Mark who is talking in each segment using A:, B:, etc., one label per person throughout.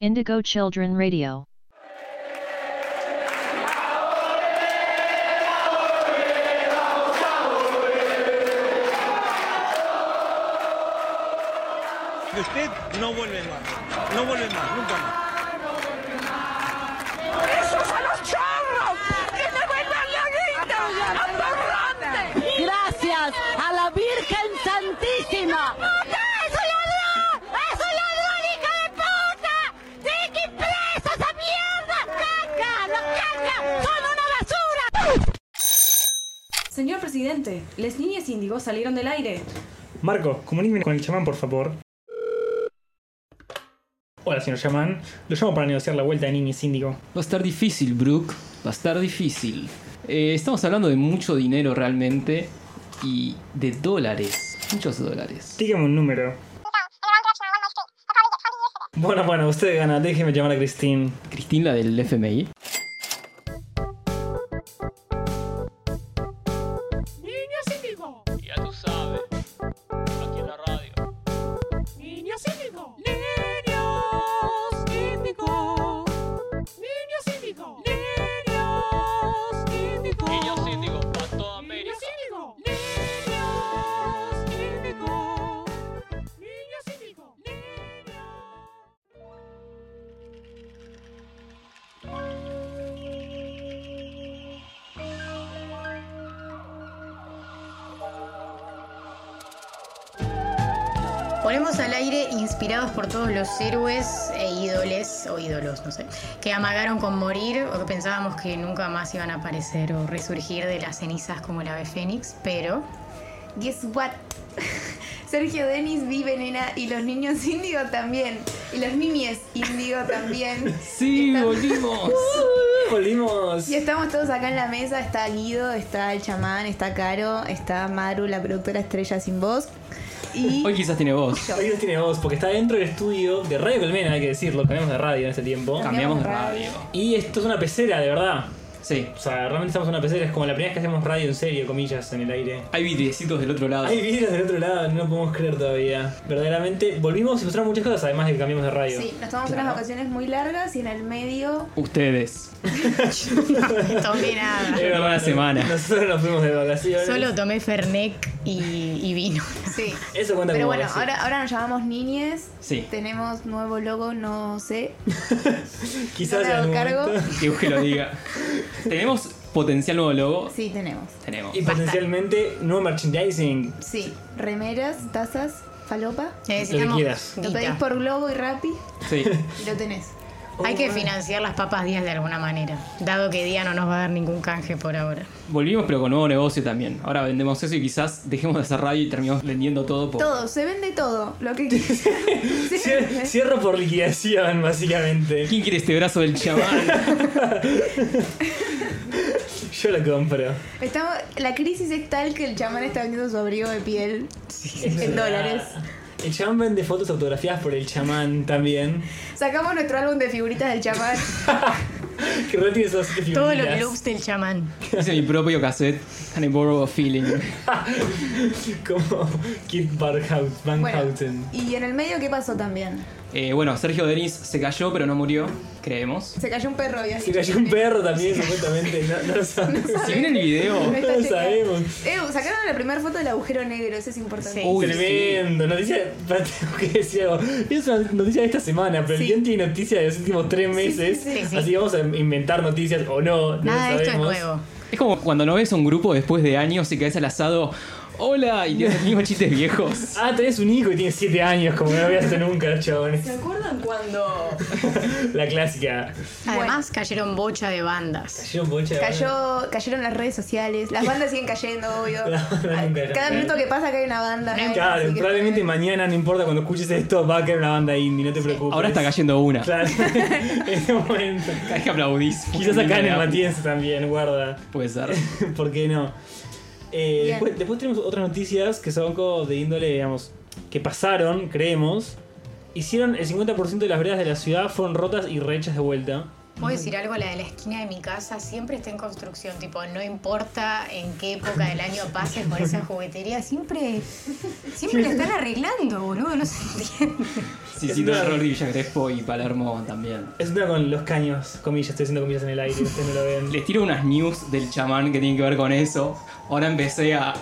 A: Indigo Children Radio.
B: Que usted no vuelve más, no vuelve más, nunca más.
C: ¡Esos a los chorros! ¡Que me vuelvan la guita! ¡Atorrante!
D: Gracias a la Virgen Santísima.
C: ¡Puta! ¡Es un ladrón! ¡Es un ladrón, hijo de puta! ¡Tiki preso esa mierda! ¡Caca! ¡Los caca! ¡Son una basura!
E: Señor presidente, las niñas índigos salieron del aire.
F: Marco, comuníqueme con el chamán, por favor. Hola, señor chamán. Lo llamo para negociar la vuelta de Ninis Índigo.
G: Va a estar difícil, Brooke. Va a estar difícil. Eh, estamos hablando de mucho dinero realmente y de dólares. Muchos dólares.
F: Dígame un número. Bueno, bueno, usted gana. Déjeme llamar a Christine.
G: Cristina del FMI.
C: ¡Niños índigo!
H: Ya tú sabes, aquí en la radio.
C: ¡Niños índigo! ¡Niños índigo! ¡Niños índigo! ¡Niños índigo!
H: Niños índigos para toda América.
C: ¡Niños índigo! ¡Niños índigo! ¡Niños índigo!
I: Ponemos al aire inspirados por todos los héroes e ídoles, o ídolos, no sé, que amagaron con morir o que pensábamos que nunca más iban a aparecer o resurgir de las cenizas como el ave fénix, pero
J: Guess what? Sergio Denis vive, nena, y los niños índigo también. Y los niñes índigo también.
G: Sí,
J: Está-
G: volvimos.
F: Volvimos.
J: Y estamos todos acá en la mesa. Está Guido, está el chamán, está Caro, está Maru, la productora estrella sin voz. Y
G: Hoy quizás tiene voz.
F: Hoy no tiene voz porque está dentro del estudio de Radio Colmena, hay que decirlo. Cambiamos de radio en este tiempo.
G: Cambiamos de
J: radio.
G: radio.
F: Y esto es una pecera, de verdad.
G: Sí.
F: O sea, realmente estamos en una pecera. Es como la primera vez que hacemos radio en serio, comillas, en el aire.
G: Hay vidriecitos del otro lado.
F: Hay vidrios del otro lado, no lo podemos creer todavía. Verdaderamente, volvimos y mostraron muchas cosas, además de que cambiamos de radio.
J: sí, nos tomamos unas vacaciones muy largas y en el medio.
G: Ustedes.
I: tomé nada.
G: Era una semana.
F: Nosotros nos fuimos de vacaciones.
I: Solo tomé Fernet y, y vino.
J: Sí.
F: Eso cuenta
J: Pero
F: como
J: bueno,
F: vacaciones.
J: ahora, ahora nos llamamos niñes.
G: Sí.
J: Tenemos nuevo logo, no sé.
F: Quizás
J: no me
F: en algún
J: hago cargo.
F: momento.
G: Que que lo diga. Tenemos potencial nuevo logo.
J: Sí, tenemos.
G: Tenemos.
F: Y potencialmente nuevo merchandising.
J: Sí, remeras, tazas, falopa.
I: Necesitamos
F: quieras.
J: Lo
I: guita.
J: pedís por Globo y Rappi
G: Sí.
J: y lo tenés.
I: Hay que financiar las papas días de alguna manera, dado que Día no nos va a dar ningún canje por ahora.
G: Volvimos pero con nuevo negocio también. Ahora vendemos eso y quizás dejemos de hacer radio y terminamos vendiendo todo por...
J: Todo, se vende todo, lo que quieras. Sí.
F: Cier- Cierro por liquidación, básicamente.
G: ¿Quién quiere este brazo del chamán?
F: Yo lo compro.
J: Estamos, la crisis es tal que el chamán está vendiendo su abrigo de piel en dólares.
F: Ah, El chamán vende fotos autografiadas por el chamán también.
J: Sacamos nuestro álbum de figuritas del chamán.
F: que retire esas
I: Todos los
F: figuritas.
I: looks del chamán.
G: Hice mi propio cassette. And I borrow a feeling.
F: Como Kid Barhout- Van
J: Bueno,
F: Houten.
J: y en el medio, ¿qué pasó también?
G: Eh, bueno, Sergio Denis se cayó pero no murió, creemos.
J: Se cayó un perro y así.
F: Se cayó un perro también, supuestamente. No, no lo sabemos.
G: Si ven el video...
J: Me está
F: No lo
J: chequeando.
F: sabemos.
J: Eh, sacaron la primera foto del agujero negro, eso es importante.
I: Sí.
G: Uy, sí.
F: Tremendo, noticia. pará, tengo que decir algo. Es una noticia de esta semana, pero
J: Sí.
F: el guión tiene noticias de los últimos tres meses.
I: sí, sí.
F: Así que vamos a inventar noticias o no. no
I: Nada de
F: lo
I: esto es
F: sabemos.
I: nuevo.
G: Es como cuando no ves a un grupo después de años y caes al asado. Hola, y tienes los mismos chistes viejos.
F: Ah, tenés un hijo y tiene 7 años, como no lo había hecho nunca, chabones.
E: ¿Se acuerdan cuando
F: La clásica.
I: Además cayeron bocha de bandas.
F: Cayó un bocha de banda.
J: Cayó, cayeron las redes sociales, las bandas siguen cayendo, obvio.
F: Las bandas nunca
J: Ay, Cada
F: cayeron.
J: minuto que pasa que hay una banda. nueva,
F: Claro,
J: así que-
F: probablemente mañana, no importa, cuando escuches esto, va a caer una banda indie, no te preocupes.
G: Ahora está cayendo una.
F: Claro, en este momento.
G: Cada vez que aplaudís.
F: Quizás acá en el Matienzo también, guarda.
G: Puede ser.
F: ¿Por qué no? Eh,
J: Bien.
F: después, después tenemos otras noticias que son como de índole, digamos, que pasaron, creemos. Hicieron el 50% de las veredas de la ciudad, fueron rotas y rehechas de vuelta.
I: Puedo decir algo, la de la esquina de mi casa siempre está en construcción, tipo, no importa en qué época del año pases por esa juguetería, siempre, siempre la están arreglando, boludo, no se entiende.
G: Sí, sí, todo el rol de Villa Crespo y Palermo también.
F: Es una con los caños, comillas, estoy haciendo comillas en el aire, ustedes no lo ven.
G: Les tiro unas news del chamán que tienen que ver con eso. Ahora empecé a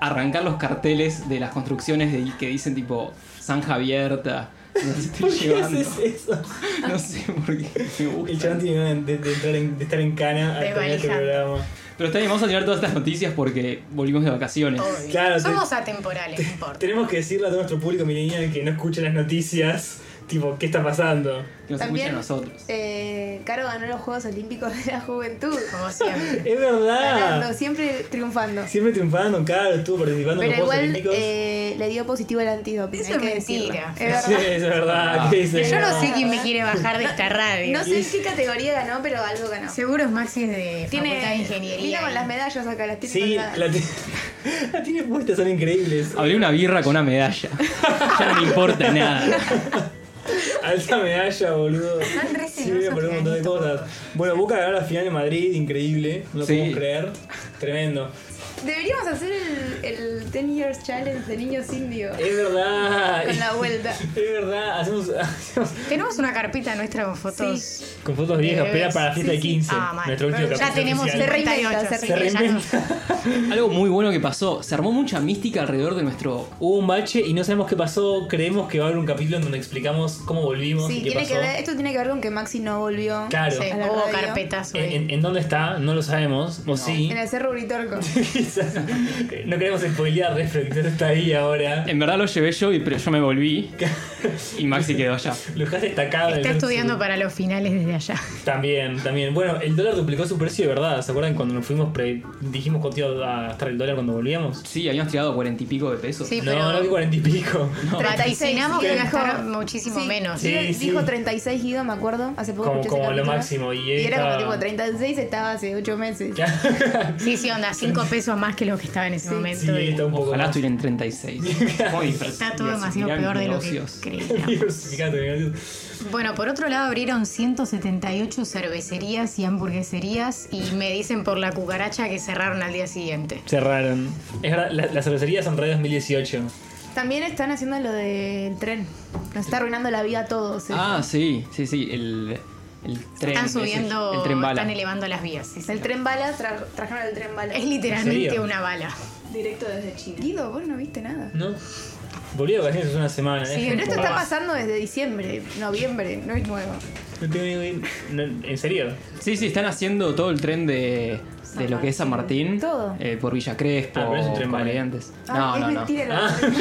G: arrancar los carteles de las construcciones de- que dicen tipo zanja abierta. No sé, estoy
F: ¿Por qué
G: llevando.
F: haces eso?
G: No sé por qué me
F: El
G: gusta.
F: chabón tiene ganas de, de entrar en- de estar en cana al terminar este
I: Desvalijando.
F: programa.
G: Pero está bien, vamos a tirar todas estas noticias porque volvimos de vacaciones.
I: Obvio.
F: Claro, te-
I: Somos atemporales, no importa.
F: Tenemos que decirle a todo nuestro público milenial que no escuche las noticias, tipo, ¿qué está pasando?
G: Que nos escuchen
J: También,
G: a nosotros.
J: eh, Caro ganó los Juegos Olímpicos de la Juventud.
F: Oh.
I: Como siempre.
F: Es verdad.
J: Ganando, siempre triunfando.
F: Siempre triunfando, claro, estuvo participando en
J: Pero
F: los Juegos
J: igual
F: Olímpicos.
J: eh, le dio positivo al antidoping.
I: Eso
J: hay
I: es
J: que
I: mentira.
J: decirlo. Es
F: Sí,
J: verdad.
F: es verdad,
G: Ah.
F: ¿qué dice?
I: Yo no sé
J: Ah.
I: quién
F: eh,
I: me quiere bajar de esta radio.
J: No sé en qué categoría ganó, pero algo ganó.
I: Seguro es Maxi de Facultad de
J: Tiene. Vino
I: Ingeniería.
J: con las medallas acá, las tiene
F: Sí,
J: colgadas.
F: la, ti- la tiene puesta, son increíbles.
G: Abrí una birra con una medalla. ya no me importa nada.
F: Alta medalla, boludo.
I: Son re
F: Sí, voy a poner un montón de
I: celosos,
F: cosas. Bueno, Boca ganó la final en Madrid, increíble. No lo
G: Sí.
F: podemos creer. Tremendo.
J: Deberíamos hacer el, el 10 Years Challenge de niños indios.
F: Es verdad.
J: Con la vuelta.
F: Es verdad, hacemos, hacemos-
I: Tenemos una carpeta nuestra con fotos.
F: con fotos viejas,
I: Bebés.
F: pero era para la fiesta
I: Eh, Sí,
F: de
I: sí.
F: 15.
I: Ah, mal.
F: nuestro último
I: Ya
F: capítulo
I: tenemos
F: oficial.
J: Se
I: el 38,
J: reinventa, se
I: así
F: Se
I: que ya no.
F: reinventa.
G: Algo muy bueno que pasó. Se armó mucha mística alrededor de nuestro.
F: Hubo un bache y no sabemos qué pasó. Creemos que va a haber un capítulo en donde explicamos cómo volvimos y
J: Sí,
F: qué
J: tiene
F: pasó.
J: que ver, esto tiene que ver con que Maxi no volvió.
F: Claro.
I: Sí,
J: A la
I: hubo
J: radio.
I: carpetas.
F: En,
I: güey.
F: en- en dónde está? No lo sabemos. O sí.
J: En el Cerro Uritorco.
F: Quizás. no queremos spoilearles, pero quizás está ahí ahora.
G: En verdad lo llevé yo, y- pero yo me volví. Y Maxi quedó allá.
F: Lo dejaste destacado. en el
I: Está
F: Nerd
I: estudiando
F: Sur.
I: para los finales desde allá.
F: También, también. Bueno, el dólar duplicó su precio de verdad. ¿Se acuerdan cuando nos fuimos? pre- dijimos cuánto iba a estar el dólar cuando volvíamos.
G: Sí, habíamos tirado cuarenta y pico de pesos.
I: Sí,
F: no, no que
I: pero
F: cuarenta y pico.
I: vaticinamos que iba a estar
J: dijo-
I: muchísimo
J: sí,
I: menos.
F: Sí,
J: dijo-
F: sí.
J: Dijo 36 Guido, me acuerdo. Hace poco
F: Como,
J: escuché ese
F: como lo
J: capítulo.
F: máximo. Y,
J: Y era como
F: esta-
J: tipo 36, estaba hace 8 meses.
I: Sí, sí, onda, cinco pesos más que lo que estaba en ese momento.
F: Sí, está un poco
G: Ojalá
F: más.
G: estuviera en 36. Muy
I: Está todo demasiado peor de lo que creíamos.
F: Diversificado, diversificado.
I: Bueno, por otro lado abrieron 178 cervecerías y hamburgueserías y me dicen por la cucaracha que cerraron al día siguiente.
F: Cerraron. Es verdad, la- las cervecerías son re 2018.
J: También están haciendo lo del tren. Nos está arruinando la vida a todos. eh.
G: Ah, sí, sí, sí. El, el tren.
I: Están
G: ese,
I: subiendo,
G: el tren bala.
I: están elevando las vías. sí, sí.
J: El tren bala, tra- trajeron el tren bala.
I: Es literalmente
F: serio?
I: una bala.
E: Directo desde China.
J: Guido, vos no viste nada.
F: ¿No? Volví de vacaciones hace una semana. ¿eh?
I: Sí,
F: dejen
J: Pero esto está
F: joder.
J: pasando desde diciembre, noviembre, no es nuevo.
F: No tengo ni idea. No, ¿En serio?
G: Sí, sí, están haciendo todo el tren de, de lo que es San Martín.
J: Todo.
G: eh, por Villa Crespo.
F: Ah, pero es un tren bala.
G: Corrientes.
J: Ah,
G: No,
J: es
G: no, no.
J: mentira.
F: Ah, yo no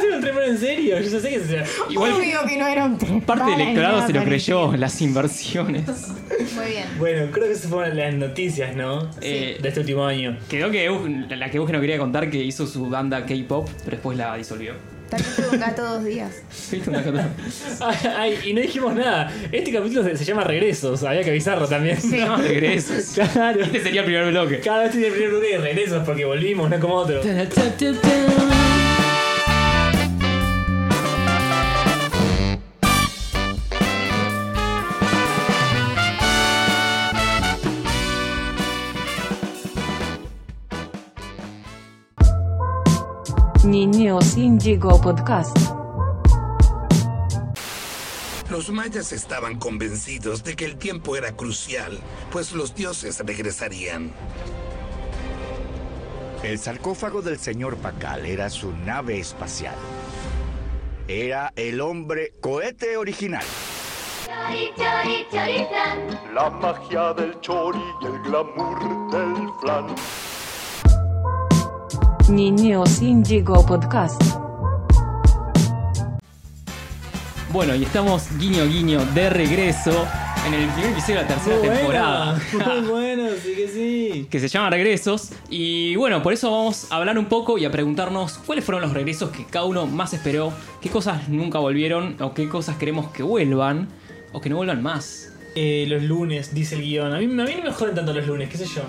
F: sé un tren, pero en serio. Yo sé que se
G: Igual
I: Obvio que no era un tren.
G: parte del
I: bala,
G: electorado
I: era
G: se lo
I: para-
G: creyó, las inversiones.
J: Muy bien.
F: Bueno, creo que esas fueron las noticias, ¿no?
G: Eh,
F: de este último año.
G: Quedó que Eug- la que Euge no quería contar que hizo su banda K-pop, pero después la disolvió.
J: También tuve un gato dos días.
F: Ay, ay, y no dijimos nada. Este capítulo se, se llama Regresos. Había que avisarlo también.
G: No, regresos.
F: Claro.
G: Este sería el primer bloque.
F: Cada vez tiene el primer bloque de regresos porque volvimos, no como otro.
D: Niños Indigo Podcast.
K: Los mayas estaban convencidos de que el tiempo era crucial, pues los dioses regresarían.
B: El sarcófago del señor Pacal era su nave espacial. Era el hombre cohete original. La magia del chori y el glamour del flan.
D: Niños Indigo Podcast.
G: Bueno, y estamos guiño guiño de regreso en el primer episodio de la tercera temporada.
F: Muy bueno, sí que sí.
G: que se llama Regresos. Y bueno, por eso vamos a hablar un poco y a preguntarnos cuáles fueron los regresos que cada uno más esperó, qué cosas nunca volvieron o qué cosas queremos que vuelvan o que no vuelvan más.
F: Eh, los lunes, dice el guión. A mí, a mí no me joden tanto los lunes, qué sé yo.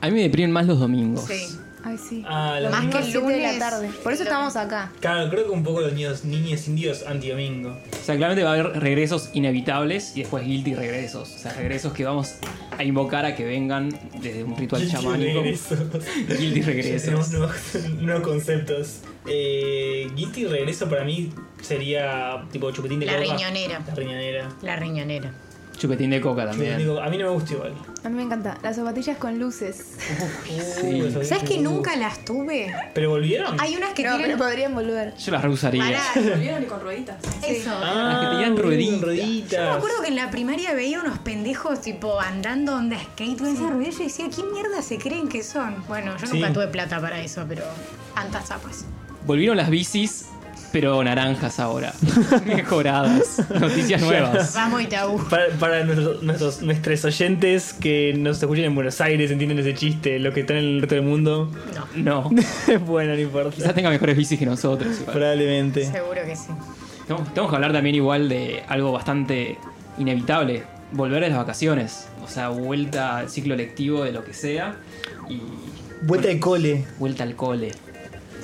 G: A mí me deprimen más los domingos.
I: Sí.
J: Ay, sí.
F: Ah, la
J: Más que el
F: misma-
J: lunes. de la tarde. Por eso estamos acá.
F: Claro, creo que un poco los niños, niños indios anti-domingo.
G: O sea, claramente va a haber regresos inevitables y después guilty regresos. O sea, regresos que vamos a invocar a que vengan desde un ritual
F: Guilty
G: chamánico.
F: regresos.
G: Guilty regresos.
F: Tenemos nuevos, nuevos conceptos. Eh, guilty regreso para mí sería tipo chupetín de
I: La
F: coca.
I: riñonera.
F: La riñonera.
I: La riñonera.
G: Chupetín de coca
F: Chupetín de
G: también.
F: coca. A mí no me gusta igual.
J: A mí me encanta. Las zapatillas con luces.
G: Sí.
F: eso es-
I: ¿Sabes que
F: uh.
I: nunca las tuve?
F: ¿Pero volvieron?
I: Hay unas que
J: No,
I: tienen.
J: pero podrían volver.
G: Yo las reusaría.
I: Pará,
E: Volvieron y con rueditas.
I: eso.
G: Las que tenían
F: Ah, volvieron
G: rueditas.
F: con rueditas.
I: Yo me acuerdo que en la primaria veía unos pendejos tipo andando onda skate con esas ruedas y decía, ¿qué mierda se creen que son? Bueno, yo
F: Sí.
I: nunca tuve plata para eso, pero tantas zapas.
G: Volvieron las bicis, pero naranjas ahora. Mejoradas. Noticias nuevas.
I: Vamos y tabú.
F: Para, para nuestros, nuestros- nuestros oyentes que nos escuchan en Buenos Aires, entienden ese chiste, los que están en el resto del mundo.
I: No,
G: No.
F: bueno, no importa.
G: Quizás tenga mejores bicis que nosotros. igual.
F: Probablemente.
I: seguro que sí.
G: Tenemos, tenemos que hablar también igual de algo bastante inevitable, volver a las vacaciones, o sea, vuelta al ciclo lectivo de lo que sea y
F: Vuelta de cole.
G: vuelta al cole.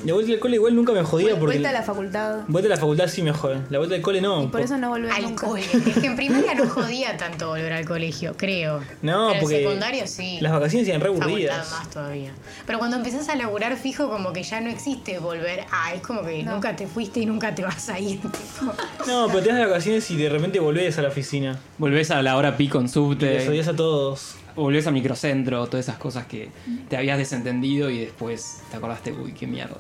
F: La vuelta del cole igual nunca me jodía porque.
J: Vuelta a la facultad.
F: vuelta a la facultad sí me jode. La vuelta del cole no.
J: Y por eso no volvemos
I: Al
J: nunca.
I: cole. Es que en primaria no jodía tanto volver al colegio, creo.
F: No,
I: Pero en
F: porque
I: secundario sí.
F: Las vacaciones eran re
I: Facultad
F: aburridas.
I: más todavía. Pero cuando empezás a laburar fijo, como que ya no existe volver a. Es como que nunca te fuiste y nunca te vas a ir. tipo.
F: No, pero te das de vacaciones y de repente volvés a la oficina.
G: Volvés a la hora pico en
F: Y los
G: subte,
F: odias a todos.
G: volvés al microcentro, todas esas cosas que te habías desentendido y después te acordaste, uy, qué mierda.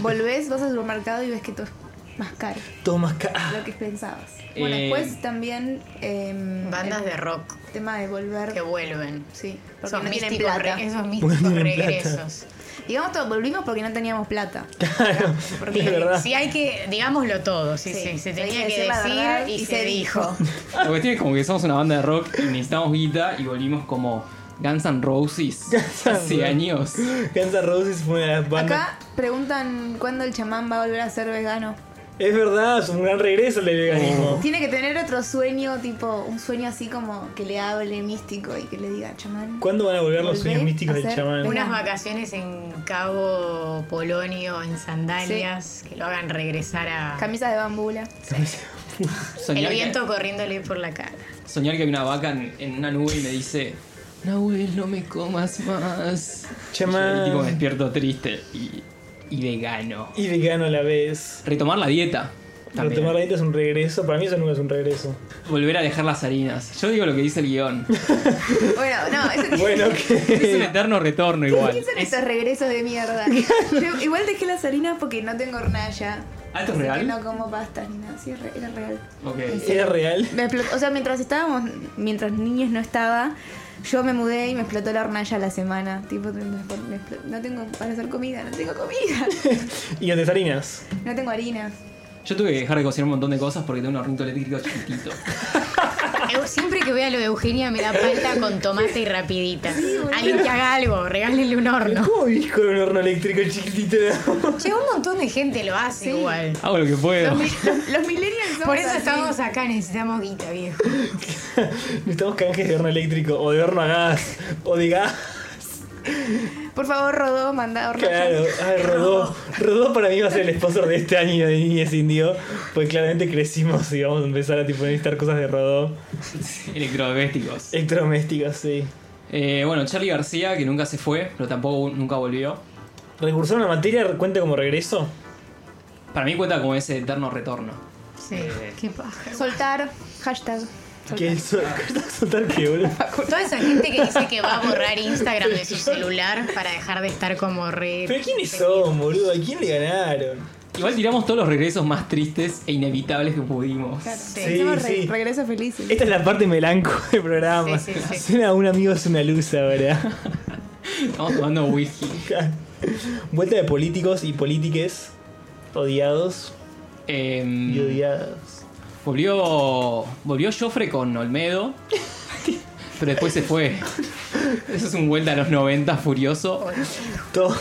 J: Volvés, vas al supermercado y ves que todo es más caro
F: Todo más ca- ah,
J: de lo que pensabas. Bueno,
G: Eh,
J: después también. em,
I: Bandas
J: el
I: de rock
J: Tema de volver.
I: que vuelven.
J: Sí, porque
I: Son
J: no tienen
I: místicos,
J: plata.
I: re- esos místicos
F: Porque no tienen plata.
I: regresos.
J: Digamos todo, volvimos porque no teníamos plata.
F: claro.
J: Porque
F: es verdad.
I: Si hay que, digámoslo todo, sí,
J: Sí,
I: sí, se
J: hay
I: tenía
J: que
I: que
J: decir la
I: decir
J: verdad
I: y, se dijo.
G: La cuestión es como que somos una banda de rock y necesitamos guita y volvimos como Guns N' Roses
F: Guns N'
G: hace
F: Roses.
G: años.
F: Guns N' Roses fue una de las bandas.
J: Acá preguntan cuándo el chamán va a volver a ser vegano.
F: Es verdad, es un gran regreso el del veganismo.
J: Tiene que tener otro sueño, tipo un sueño así como que le hable místico y que le diga chamán.
F: ¿Cuándo van a volver los
J: Volvé
F: sueños místicos
J: a
F: del
J: ser
F: chamán?
J: una-
I: Unas vacaciones en Cabo Polonio, en sandalias, que lo hagan regresar a.
J: Camisas de bambula.
G: Soñar
I: El
G: que-
I: viento corriéndole por la cara.
G: Soñar que hay una vaca en, en una nube y me dice, Nahuel, no me comas más.
F: Chamán.
G: Y yo, tipo, me despierto triste y, y vegano.
F: Y vegano a la vez.
G: Retomar la dieta. También.
F: Retomar la dieta es un regreso. Para mí eso nunca es un regreso.
G: Volver a dejar las harinas. Yo digo lo que dice el guión.
J: Bueno, no, eso tiene
F: Bueno,
G: es un
F: que.
G: eterno retorno igual.
J: ¿Qué son
G: Es-
J: estos regresos de mierda? Yo igual dejé las harinas porque no tengo hornalla.
G: ¿Ah, esto es
J: Así
G: real?
J: que No como pastas ni nada, sí, es re- era real. Este,
G: Ok. Eh,
F: ¿Era real?
J: Me explotó- o sea, mientras estábamos, mientras niños no estaba, yo me mudé y me explotó la hornalla a la semana. Tipo, me- me- me explo- no tengo para hacer comida, no tengo comida,
F: Y las harinas.
J: no tengo harina.
G: Yo tuve que dejar de cocinar un montón de cosas porque tengo un hornito eléctrico chiquitito.
I: Eu- Siempre que vea lo de Eugenia me da palta con tomate y rapidita. Alguien que haga algo, regálenle un horno.
F: ¿Cómo vivís con un horno eléctrico chiquitito?
I: Che, un montón de gente lo hace igual.
G: Hago lo que puedo.
J: Los, mi- los- los millennials somos
I: Por eso
J: así.
I: estamos acá, necesitamos guita, viejo.
F: Necesitamos canjes de horno eléctrico, o de horno a gas, o de gas.
J: Por favor, Rodó, manda hornalla.
F: Claro, ay, Rodó. Rodó para mí va a ser el sponsor de este año de Niñez Indio, porque pues claramente crecimos y vamos a empezar a tipo, necesitar cosas de Rodó.
G: Electrodomésticos.
F: Electrodomésticos, sí.
G: Eh, bueno, Charlie García, que nunca se fue, pero tampoco nunca volvió.
F: ¿Recursar una materia cuenta como regreso?
G: Para mí cuenta como ese eterno retorno.
I: Sí, qué paja.
J: Soltar, hashtag.
F: ¿Qué es eso? ¿Qué es soltar qué, boludo?
I: Toda esa gente que dice que va a borrar Instagram de su celular para dejar de estar como re.
F: ¿Pero quiénes son, boludo? ¿A quién le ganaron?
G: Igual tiramos todos los regresos más tristes e inevitables que pudimos.
F: Sí,
J: Somos re-
F: sí.
J: regresos felices.
F: Esta es la parte melanco del programa.
I: Sí, sí, sí.
F: Suena a un amigo es una luz ahora.
G: Estamos tomando whisky.
F: Vuelta de políticos y politiques odiados
G: Em,
F: y odiadas.
G: volvió, volvió Joffre con Olmedo, pero después se fue. Eso es un vuelta a los 90 furioso.
F: Todo.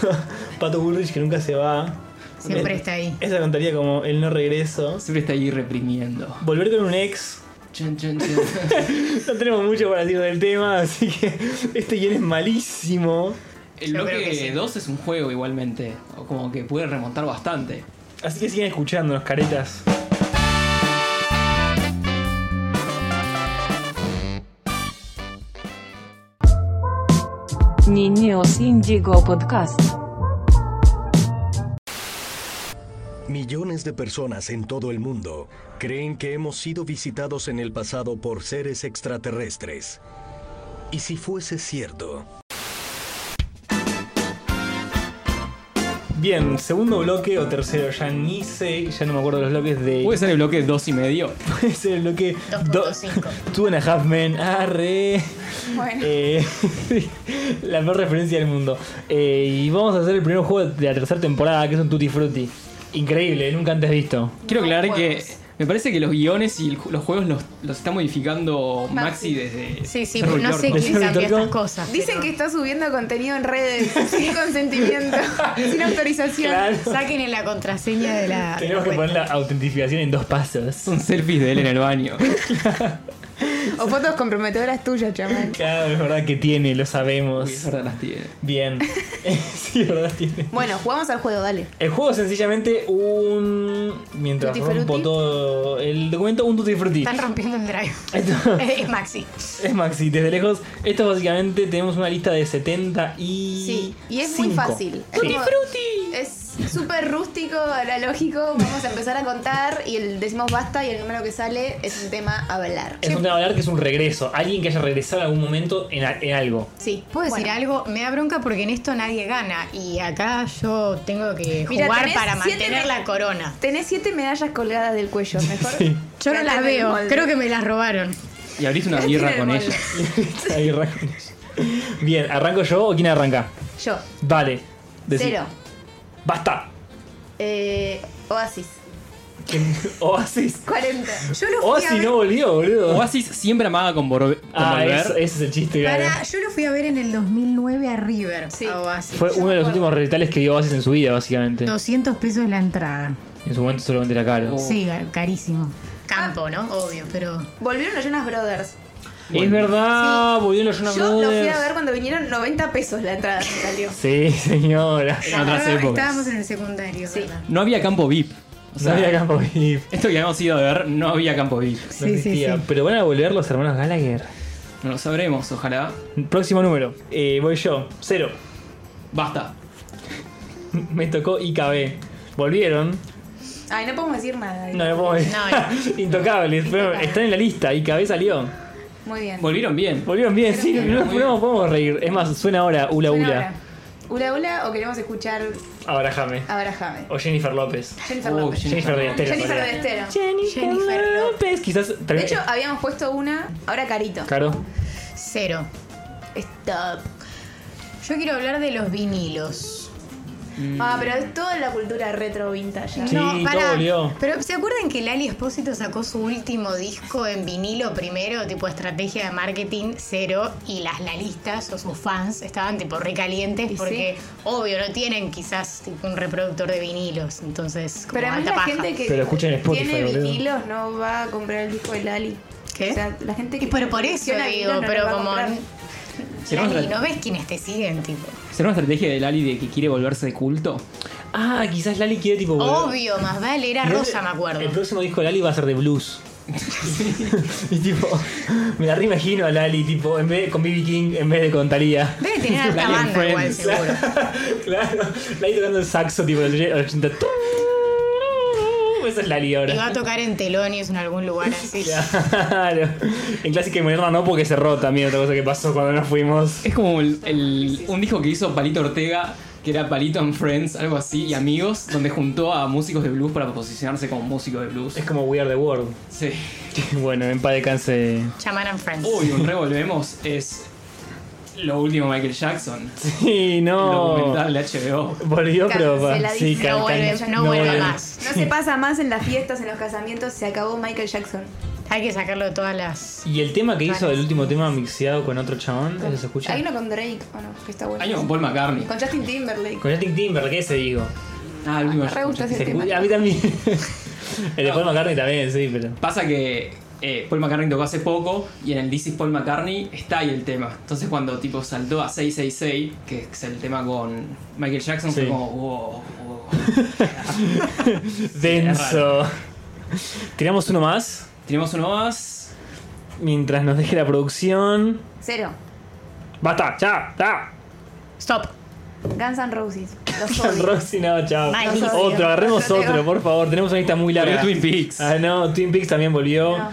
F: Pato Bullrich que nunca se va.
I: Siempre está ahí.
F: Esa contaría como el no regreso.
G: Siempre está ahí reprimiendo.
F: Volver con un ex.
G: Chan, chan, chan.
F: No tenemos mucho para decir del tema, así que este guión es malísimo.
G: El
F: Yo creo que
G: bloque
F: sí.
G: 2 es un juego igualmente. o Como que puede remontar bastante.
F: Así que sigan escuchándonos, caretas.
L: Niños Indigo Podcast.
M: Millones de personas en todo el mundo creen que hemos sido visitados en el pasado por seres extraterrestres. ¿Y si fuese cierto?
F: Bien, segundo bloque o tercero, ya ni sé, ya no me acuerdo los bloques de.
G: Puede ser el bloque 2 y medio.
F: Puede ser el bloque 2.5. Two and a half men, arre.
J: Bueno.
F: Eh, la peor referencia del mundo. Eh, y vamos a hacer el primer juego de la tercera temporada, que es un Tutti Frutti. Increíble, nunca antes visto.
G: Quiero aclarar que me parece que los guiones y el ju- los juegos los, los está modificando Maxi desde.
I: Sí, sí,
G: Server
I: no sé
G: York.
I: quién cambia estas cosas.
J: Dicen que está subiendo contenido en redes sin consentimiento, sin autorización.
F: Claro.
I: Sáquenle la contraseña de
J: Ah,
I: la.
F: Tenemos que poner la autentificación en dos pasos. Son
G: selfies de él en el baño.
J: O fotos comprometedoras tuyas, chamán.
F: Claro, es verdad que tiene, lo sabemos. es
G: verdad las tiene.
F: Bien. sí, es verdad tiene.
J: Bueno, jugamos al juego, dale.
F: El juego es sencillamente un. Mientras
J: Tutti
F: rompo
J: frutti.
F: todo el documento, un tutti frutti.
I: Están rompiendo el drive. es es Maxi.
F: Es Maxi, desde lejos. Esto básicamente tenemos una lista de 70 y.
J: Sí, y es muy
F: cinco.
J: fácil.
F: Sí.
J: frutti! Es súper rústico, analógico. Vamos a empezar a contar y el, decimos basta y el número que sale es un tema a hablar.
F: Es un tema de hablar que es un regreso. Alguien que haya regresado en algún momento en, a- en algo.
J: Sí.
I: ¿Puedo decir algo? Me da bronca porque en esto nadie gana. Y acá yo tengo que
J: Mira,
I: jugar
J: tenés
I: para
J: siete
I: mantener
J: me-
I: la corona.
J: Tenés siete medallas colgadas del cuello, mejor.
I: Yo no
J: Quédate
I: las
J: en el
I: veo.
J: molde.
I: Creo que me las robaron.
G: Y abriste una birra con ella.
F: Ahí arranco. Bien, ¿arranco yo o quién arranca?
J: Yo.
F: Vale. decí.
J: Cero.
F: ¡Basta!
J: Eh, Oasis.
F: Oasis.
J: 40. Yo lo fui a
G: Oasis
J: ver-
G: no
F: volvió, boludo.
G: Oasis siempre amaga con, borve- con
F: Ah,
G: volver.
F: es- ese es el chiste,
I: Para, yo lo fui a ver en el 2009 a River. a Oasis.
F: Fue uno de los últimos recitales que dio Oasis en su vida, básicamente.
I: 200 pesos la entrada.
F: En su momento solamente era caro.
I: Sí, gar- carísimo. Campo, ¿no? Obvio, pero.
J: Volvieron los Jonas Brothers.
F: Es verdad, volvieron los Jonas
J: Yo lo fui a
F: Brothers.
J: ver cuando vinieron 90 pesos la entrada me salió.
F: Sí, señora.
G: En otras épocas.
I: Estábamos en el secundario, ¿verdad?
G: No había campo VIP. O sea,
F: había campo VIP.
G: Esto que habíamos ido a ver, no había campo VIP.
F: No existía. Pero van a volver los hermanos Gallagher.
G: No lo sabremos, ojalá.
F: Próximo número. Eh, voy yo. Cero.
G: Basta.
F: Me tocó IKB. Volvieron.
J: Ay, no podemos decir nada.
F: No, no puedo Intocables. pero están en la lista. IKB salió.
J: Muy bien.
G: Volvieron bien.
F: Volvieron bien. Sí, no, nos podemos- podemos reír. Es más, suena ahora Ula
J: Suena
F: Ula.
J: Ula Ula o queremos escuchar
F: Ahora Jame.
J: Abrahame.
F: O Jennifer López.
J: Jennifer
F: Oh,
J: López.
F: Jennifer de Estero.
J: Jennifer
F: sería.
J: de Estero.
I: Jennifer
F: López. Quizás.
J: De hecho, habíamos puesto una, ahora Carito.
F: Caro.
I: Cero.
J: Stop.
I: Yo quiero hablar de los vinilos.
F: Mm.
J: Ah, pero es toda la cultura retro vintage. ¿eh?
I: No, pará.
F: volvió.
I: Pero ¿se acuerdan que Lali Espósito sacó su último disco en vinilo primero, tipo estrategia de marketing cero, y las lalistas o sus fans estaban tipo recalientes
J: Y
I: porque, obvio, no tienen quizás tipo, un reproductor de vinilos, entonces como
J: Pero además
I: alta
J: la
I: paja.
J: gente que
F: Pero escuchen Spotify,
J: tiene
F: boludo.
J: vinilos no va a comprar el disco de Lali.
I: ¿Qué?
J: O sea, la gente que
I: Y pero por eso
J: colecciona
I: digo,
J: vinilos no
I: pero
J: los va a
I: como-
J: comprar.
G: ¿Será una,
I: Lali, ¿no ves quiénes te siguen, tipo?
G: será una estrategia de Lali de que quiere volverse de culto?
F: Ah, quizás Lali quiere tipo. volver-
I: Obvio, más vale, era
F: Y el-
I: Rosa, me acuerdo.
F: El próximo disco de Lali va a ser de blues. y tipo, me la reimagino a Lali, tipo, en vez de, con BB King en vez de con Talía.
I: Debe tener alta
F: Lali and
I: banda igual,
F: Friends.
I: seguro.
F: Claro, Lali tocando el saxo, tipo, del 80. Esa es Lali
I: Y va
F: ahora.
I: a tocar en telones en algún lugar así.
F: Claro. En clásica y moderna no, porque cerró también, otra cosa que pasó cuando nos fuimos.
G: Es como el- el- un disco que hizo Palito Ortega, que era Palito and Friends, algo así, y amigos, donde juntó a músicos de blues para posicionarse como músico de blues.
F: Es como We Are the World.
G: Sí.
F: Bueno, en paz descanse.
I: Chaman and Friends.
G: Uy, un revolvemos es lo último de Michael Jackson.
F: Sí,
G: El
F: no.
G: documental de HBO.
F: Volvió, pero. pa- Sí,
J: Canceladísimo.
F: can-
J: No vuelve-
F: can-
J: no vuelve
F: vuelve.
I: más.
J: No se pasa más en las fiestas, en los casamientos, se acabó Michael Jackson.
I: Hay que sacarlo de todas las.
F: Y el tema que hizo, el último tema mixeado con otro chabón, ¿eso se escucha?
J: Hay uno con Drake, ¿o no? Que está bueno.
F: Hay uno con Paul McCartney.
J: Con Justin Timberlake.
F: Con Justin Timberlake, ese digo.
G: Ah, el último.
J: Me re gusta ese
F: Se
J: tema.
F: escucha- A mí también. el de Paul McCartney también, sí, pero.
G: Pasa que eh, Paul McCartney tocó hace poco y en el This is Paul McCartney está ahí el tema. Entonces cuando tipo saltó a 666, que es el tema con Michael Jackson, fue
F: Sí.
G: como, wow,
F: Denso. Tiramos uno más.
G: Tiramos uno más.
F: Mientras nos deje la producción.
J: Cero.
F: Basta, ya, ya.
J: Stop. Guns N' Roses. Los odio.
F: Rosy, no, chao.
J: Malísimo.
F: Otro, agarremos
J: Yo te
F: otro,
J: digo.
F: por favor. Tenemos una lista muy larga.
G: Volvió Twin Peaks.
F: Ah, no, Twin Peaks también volvió.
G: No.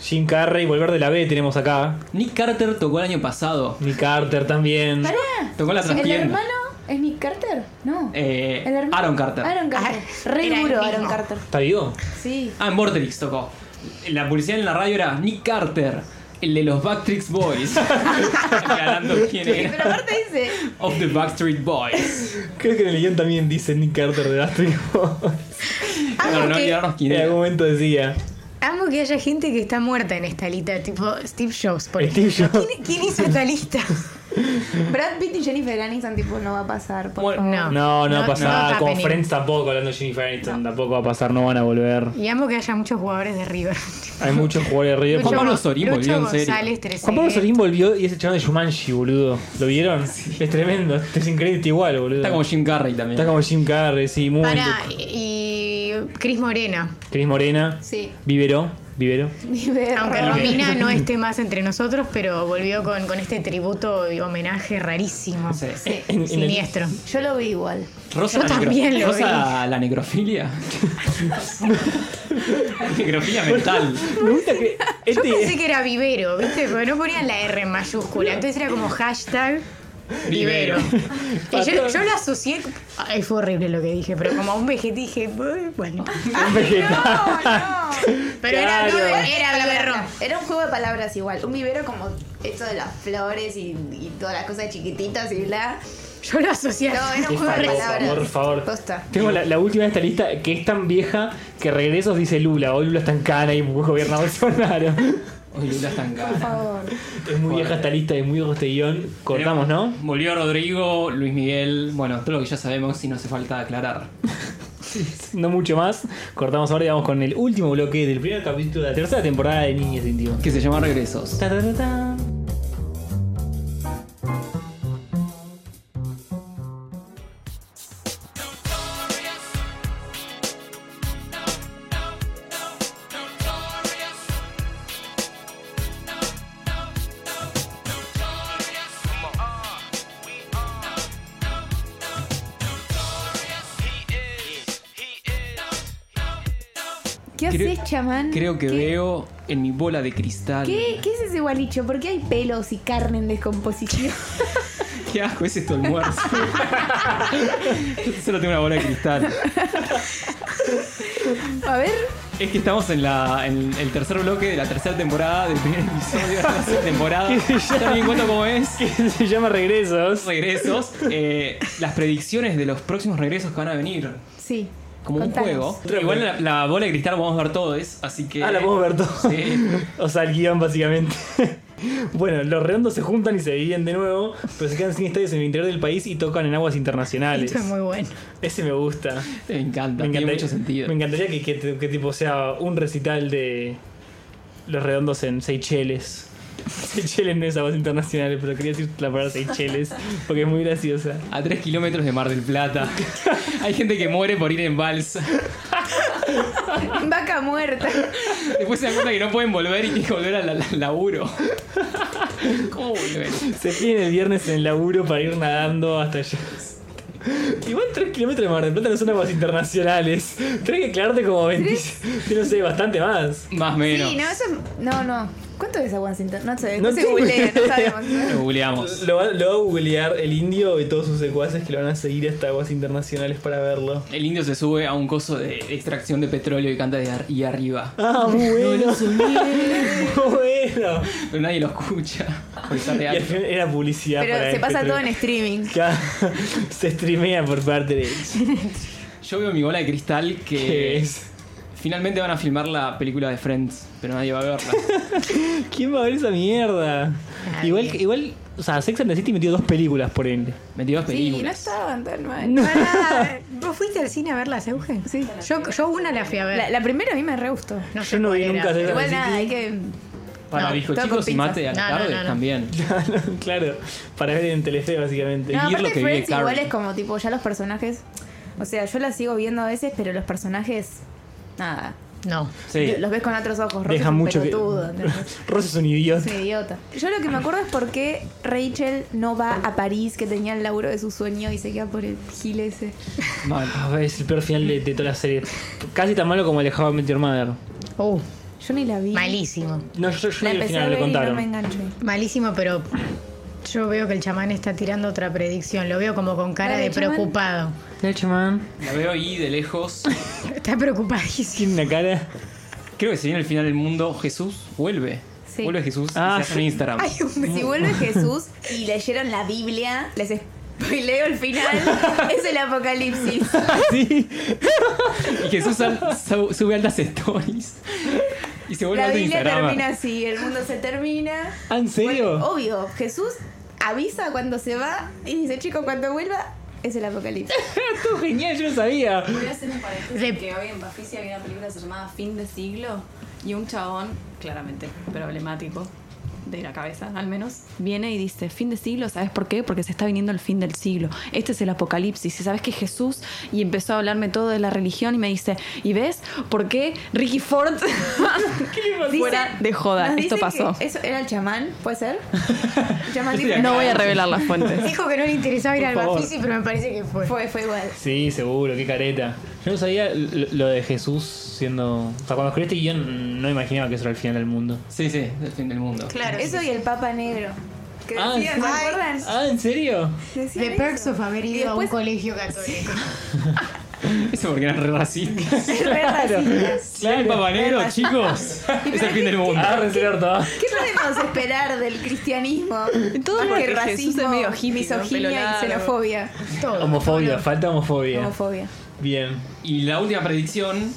F: Jim Carrey, volver de la B tenemos acá.
G: Nick Carter tocó el año pasado.
F: Nick Carter también.
J: Pará.
G: Tocó la
J: ¿El
G: trastienda.
J: hermano es Nick Carter? No.
G: Eh,
J: ¿El hermano?
G: Aaron Carter.
J: Aaron Carter. Re
I: era el
J: duro
I: mismo.
J: Aaron Carter.
F: ¿Está vivo?
J: Sí.
G: Ah, en Vortex tocó. La publicidad en la radio era Nick Carter, el de los Backstreet Boys. Ganando quién
J: Pero
G: era.
J: aparte dice.
G: Of the Backstreet Boys.
F: Creo que en el guión también dice Nick Carter de Astrid
I: Amo,
G: No, no
I: que,
G: olvidarnos quién
F: En
G: era.
F: algún momento decía.
I: amo que haya gente que está muerta en esta lista, tipo Steve Jobs, por
F: Steve
I: ejemplo.
F: Jobs.
I: ¿Quién, quién hizo esta lista?
J: Brad Pitt y Jennifer Aniston, tipo, no va a pasar. Por
G: Bueno,
J: favor.
I: No.
F: No, no va a pasar.
I: está
F: Con
I: happening.
F: Friends tampoco, hablando de Jennifer Aniston, tampoco va a pasar, no van a volver.
I: Y amo que haya muchos jugadores de River.
F: Hay muchos jugadores de River.
I: Lucho
F: Eh, Juan Pablo,
I: Gon-
G: Sorín
I: Lucho
G: volvió en serio.
I: González, Trezeguet.
F: Juan Pablo Sorín volvió y es el chaval de Shumanji, boludo. ¿Lo vieron? Es tremendo, es increíble igual, boludo.
G: Está como Jim Carrey también.
F: Está como Jim Carrey, sí, muy buen
I: Para, y y Cris Morena.
F: look. Cris Morena,
J: Sí.
F: Vivero, Vivero.
J: Ni ver.
I: Aunque Romina no esté más entre nosotros, pero volvió con, con este tributo y homenaje rarísimo.
J: Sí.
F: En- en el-
I: Siniestro.
J: Yo lo vi igual.
G: Rosa,
I: Yo
G: la, necro-
I: también lo
G: Rosa la necrofilia. necrofilia mental.
F: Me gusta que
I: Yo pensé
F: este
I: que era vivero, ¿viste? Porque no ponían la R en mayúscula. Entonces era como hashtag vivero.
G: Vivero.
I: Y yo, yo lo asocié. Ay, fue horrible lo que dije, pero como a un vejete dije, "Uy, bueno.
F: es vegetal.
I: Pero era,
F: Claro.
I: era viverro.
J: Era un juego de palabras igual. Un vivero como esto de las flores y, y todas las cosas chiquititas y bla.
I: Yo lo asocié.
J: No, era
F: Qué
J: un juego de
F: falopa,
J: palabras.
F: por favor.
J: Posta.
F: Tengo la, la última de esta lista que es tan vieja que regresos dice Lula. Hoy Lula está en cana y gobierna Bolsonaro.
G: Hoy Lula está en
J: Por
G: cara.
J: favor.
F: Es muy vieja esta lista, es muy viejo este guión. Cortamos, ¿no?
G: Volvió Rodrigo, Luis Miguel. Bueno, todo lo que ya sabemos y no hace falta aclarar.
F: No mucho más. Cortamos ahora y vamos con el último bloque del primer capítulo de la tercera temporada de Niños Íntimos.
G: Que se llama Regresos.
F: Ta, ta, ta, ta.
J: ¿Qué
G: Creo-
J: haces, chamán?
G: Creo que
J: ¿Qué-
G: veo en mi bola de cristal.
J: ¿Qué, ¿Qué es ese gualicho? ¿Por qué hay pelos y carne en descomposición?
G: ¿Qué asco es esto almuerzo? Yo solo tengo una bola de cristal.
J: A ver,
G: Es que estamos en, la, en el tercer bloque de la tercera temporada del primer episodio de la tercera temporada.
F: ¿Qué se llama?
G: Ya me cuento cómo es.
F: se llama Regresos.
G: Regresos. eh, las predicciones de los próximos regresos que van a venir.
J: sí.
G: Como
J: Contanos.
G: un juego. Igual la, la bola de cristal vamos a ver todo es, así que.
F: Ah, la podemos ver todo.
G: Sí.
F: O sea, el guión básicamente. bueno, los redondos se juntan y se dividen de nuevo, pero se quedan sin estadios en el interior del país y tocan en aguas internacionales.
I: Esto es muy bueno.
F: Ese me gusta.
G: Me encanta,
F: Me
G: tiene
F: encantaría,
G: mucho sentido.
F: me encantaría que, que- que tipo sea un recital de los redondos en Seychelles. Seychelles no es aguas internacionales, pero quería decir la palabra Seychelles porque es muy graciosa.
G: A 3 kilómetros de Mar del Plata. Hay gente que muere por ir en balsa.
J: Vaca muerta.
G: Después se dan cuenta que no pueden volver y tienen que volver al al laburo. ¿Cómo volver?
F: Se piden el viernes en el laburo para ir nadando hasta allá. Igual 3 kilómetros de Mar del Plata no son aguas internacionales. Tenés que aclararte como 20. Yo no sé, bastante más.
G: Más o menos.
J: Sí, no, eso es- No, no. ¿Cuánto es agua sin No sé,
F: No
J: no se
F: tengo
J: googlea, no
F: idea.
J: sabemos.
G: Lo googleamos.
F: Lo, va- lo va a googlear el indio y todos sus secuaces que lo van a seguir hasta aguas internacionales para verlo.
G: El indio se sube a un coso de extracción de petróleo y canta de ar- y arriba.
F: Ah, muy bueno. Muy bueno.
G: Pero nadie lo escucha. Porque está
F: Y
G: real.
F: al final era publicidad para
J: Pero se
F: el
J: pasa todo en
F: petróleo.
J: streaming.
F: Claro, Se streamea por parte de
G: Yo veo mi bola de cristal
F: ¿Qué
G: que
F: es?
G: finalmente van a filmar la película de Friends, pero nadie va a verla.
F: ¿Quién va a ver esa mierda?
I: Nadie.
F: Igual, igual o sea, Sex and the City metió dos películas por ende. Metió dos
J: Sí, no
F: películas.
J: estaban tan mal.
I: Pará, ¿Vos fuiste al cine a ver las Eugen?
J: Sí.
I: Yo, yo una la fui a ver.
J: La, la primera a mí me re gustó.
I: No
F: Yo no vi
I: cuál
F: nunca
I: era.
F: Sex and the
J: Igual nada,
F: City.
J: hay que.
F: Para
J: No, todo con
G: bizcochitos y
J: pinzas.
G: mate a la
J: No, no,
G: tarde
J: no, no.
G: también.
F: claro, para ver en Telefe básicamente.
J: No,
F: Y
J: aparte Friends igual
F: Carrie.
J: es como tipo, ya los personajes. O sea, yo la sigo viendo a veces, pero los personajes. Nada.
I: No.
F: Sí.
J: Los ves con otros ojos. Ross
F: Deja
J: es un
F: mucho que-
J: pelotudo, ¿entendés?
F: Ross es un idiota.
J: Es un idiota. Yo lo que me acuerdo es por qué Rachel no va a París, que tenía el laburo de su sueño y se queda por el gil ese.
F: Mal. Ah, Es el peor final de, de toda la serie. Casi tan malo como el de How I Met Your Mother.
I: Uh,
J: yo ni la vi.
I: Malísimo.
F: No, yo, yo
J: La
F: vi el
J: empecé a
F: final, le
J: ver y no
F: contaron.
J: me enganché.
I: Malísimo, pero yo veo que el chamán está tirando otra predicción. Lo veo como con cara
J: Dale,
I: de
J: chamán.
I: preocupado.
G: La veo ahí de lejos.
I: Está preocupadísimo.
F: Tiene una cara.
G: Creo que se viene el final del mundo. Jesús vuelve.
J: Sí.
G: Vuelve Jesús
F: Ah,
G: y se hace un Instagram.
I: Ay, un
J: Si vuelve Jesús y leyeron la Biblia, les spoileo el final. es el apocalipsis.
G: Sí. Y Jesús sal- su- sube altas stories. Y se vuelve
J: La
G: a otro
J: Biblia
G: Instagram.
J: termina así, el mundo se termina.
F: Ah, ¿En serio?
J: Obvio, Jesús avisa cuando se va y dice, chico, cuando vuelva es el apocalipsis.
F: Todo genial, yo no sabía.
E: Voy a hacer un paréntesis que hoy en Bafisi había una película llamada Fin de Siglo y un chabón, claramente problemático, de la cabeza al menos, viene y dice, fin de siglo, ¿sabes por qué? Porque se está viniendo el fin del siglo. Este es el apocalipsis. Y sabes que Jesús, y empezó a hablarme todo de la religión y me dice, ¿y ves por qué Ricky Ford fuera de joda?
J: Nos
E: Esto
J: dicen
E: pasó.
J: que ¿Eso era el chamán? ¿Puede ser? El chamán dijo,
E: No voy a revelar las fuentes.
I: Dijo que no le interesaba ir
F: Por
I: al
F: favor.
I: Bafisi, pero me parece que fue.
J: Fue, fue igual.
F: Sí, seguro, qué careta. Yo no sabía lo lo de Jesús siendo. O sea, cuando escribí este guión, no imaginaba que eso era el final del mundo.
G: Sí, sí, el fin del mundo.
I: Claro.
J: Eso y el Papa Negro. Que
F: Ah,
J: decían,
F: sí.
J: ¿se acuerdan?
F: Ah, ¿en serio?
J: Decían
I: The
J: eso.
I: perks of haber
J: Y
I: ido a un
J: después-
I: colegio católico.
G: Eso porque eran re racistas.
J: Es re racista.
G: Claro, Papá Negro, chicos. Es el fin del mundo.
F: Ah, es cierto.
J: ¿Qué podemos esperar del cristianismo?
E: Todo
J: Más
E: lo
J: que
E: que Jesús es
J: racismo,
E: medio hippie, con pelo
J: misoginia y
E: largo.
J: xenofobia.
I: Todo.
F: Homofobia, falta homofobia.
J: Homofobia.
F: Bien.
G: Y la última predicción.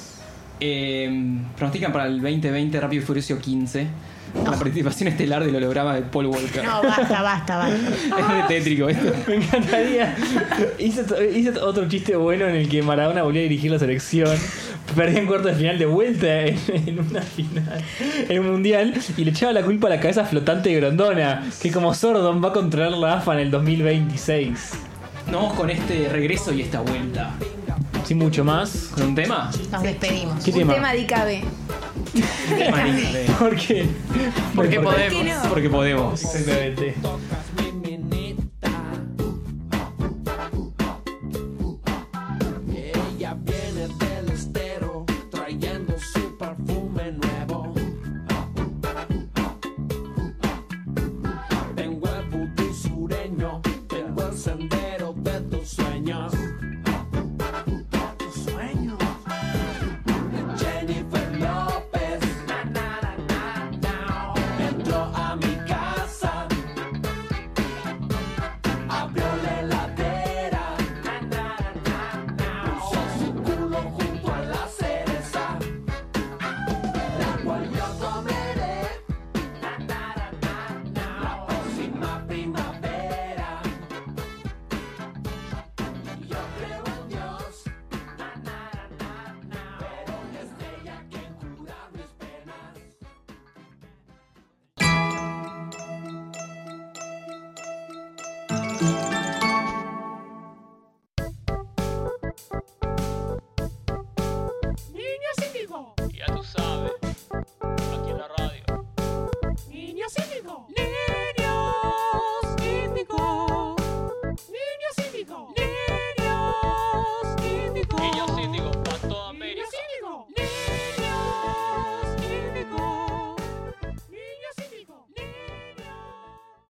G: eh, pronostican para el 2020 Rápido y Furioso 15.
E: Ah.
G: La participación estelar del holograma de Paul Walker.
I: No, basta, basta, basta.
G: Es re tétrico esto.
F: Me encantaría. Hice, hice otro chiste bueno en el que Maradona volvió a dirigir la selección. Perdía en cuarto de final de vuelta en, en una final, en un mundial, y le echaba la culpa a la cabeza flotante de Grondona, que como Sordon va a controlar la AFA en el 2026.
G: Nos vamos con este regreso y esta vuelta.
F: Sin mucho más.
G: ¿Con un tema?
I: Nos despedimos.
F: ¿Qué
J: Un
F: tema?
J: tema de ICABE.
F: ¿Por qué?
G: eh. Porque
F: ¿Por qué?
G: podemos. Porque podemos.
F: Exactamente.
N: Ella viene del estero trayendo su perfume nuevo.